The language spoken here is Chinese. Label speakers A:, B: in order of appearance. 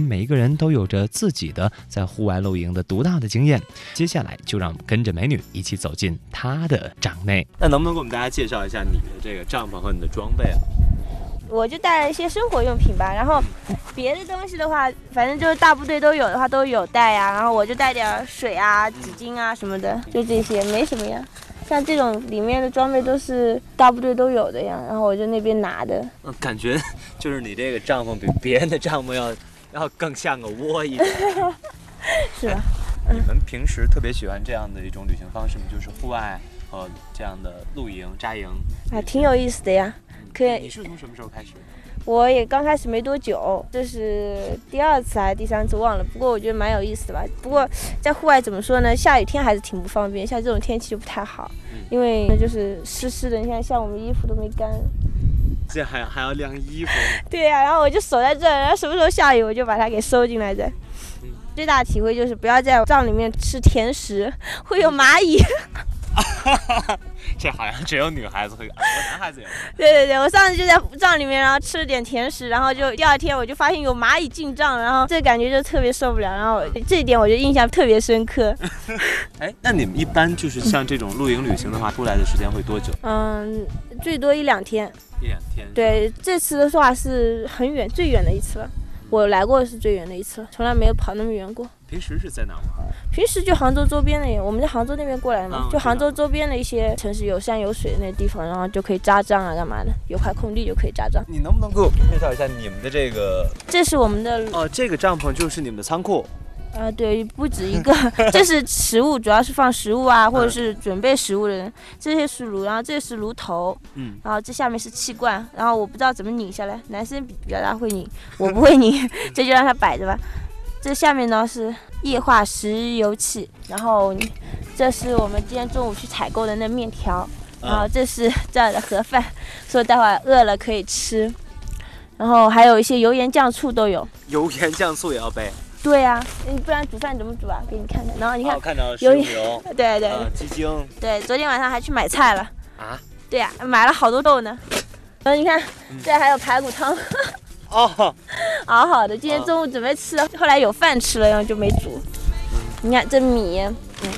A: 每一个人都有着自己的在户外露营的独到的经验。接下来就让我们跟着美女一起走进她的帐内。
B: 那能不能给我们大家介绍一下你的这个帐篷和你的装备啊？
C: 我就带了一些生活用品吧，然后别的东西的话，反正就是大部队都有的话都有带呀、然后我就带点儿水啊、纸巾啊什么的，就这些，没什么呀。像这种里面的装备都是大部队都有的呀，然后我就那边拿的。
B: 嗯，感觉 就是你这个帐篷比别人的帐篷要要更像个窝一点。 哎
C: 是吧？
B: 你们平时特别喜欢这样的一种旅行方式吗？就是户外和这样的露营、扎营。
C: 啊，挺有意思的呀。可以
B: 你是从什么时候开始？
C: 我也刚开始没多久，这是第二次还是第三次忘了，不过我觉得蛮有意思的吧。不过在户外怎么说呢，下雨天还是挺不方便，像这种天气就不太好
B: 嗯，
C: 因为就是湿湿的，你看像我们衣服都没干。
B: 这还还要晾衣服？
C: 对呀、然后我就守在这儿，然后什么时候下雨我就把它给收进来的
B: 嗯。
C: 最大的体会就是不要在帐里面吃甜食，会有蚂蚁。
B: 这好像只有女孩子会，很多男孩子也会。
C: 对对对，我上次就在帐里面，然后吃了点甜食，然后就第二天我就发现有蚂蚁进帐，然后这感觉就特别受不了，然后我这一点我就印象特别深刻。
B: 哎，那你们一般就是像这种露营旅行的话，出来的时间会多久？
C: 嗯，最多一两天。
B: 一两天。
C: 对，这次的话是很远，最远的一次了。我来过是最远的一次了，从来没有跑那么远过。
B: 平时是在哪玩？
C: 平时就杭州周边的，我们在杭州那边过来
B: 嗯
C: 嘛，
B: 我知
C: 就杭
B: 道
C: 州周边的一些城市有山有水那地方，然后就可以扎帐啊，干嘛的？有块空地就可以扎帐。
B: 你能不能给我介绍一下你们的这个？
C: 这是我们的
B: 哦，这个帐篷就是你们的仓库。
C: 呃，对，不 止一个，这是食物，主要是放食物啊，或者
B: 嗯
C: 是准备食物的人。这些是炉，然后这是炉头，
B: 嗯，
C: 然后这下面是气罐，然后我不知道怎么拧下来，男生比比较大会拧，我不 会拧，这就让它摆着吧。这下面呢是液化石油气，然后这是我们今天中午去采购的那面条，
B: 嗯
C: 然
B: 啊
C: 后这是这儿的盒饭，说待会儿饿了可以吃，然后还有一些油盐酱醋都有。
B: 油盐酱醋也要备。
C: 对呀、你不然煮饭怎么煮啊？给你看看。然后你
B: 哦
C: 看
B: 我，看到了石
C: 有一
B: 油、
C: 对对、
B: 呃鸡精
C: 对，昨天晚上还去买菜了。
B: 啊。
C: 对呀、买了好多豆呢。然后你看，这还有排骨汤
B: 哦，
C: 熬好的，今天
B: 啊
C: 中午准备吃了，后来有饭吃了，然后就没煮。你看这米，嗯，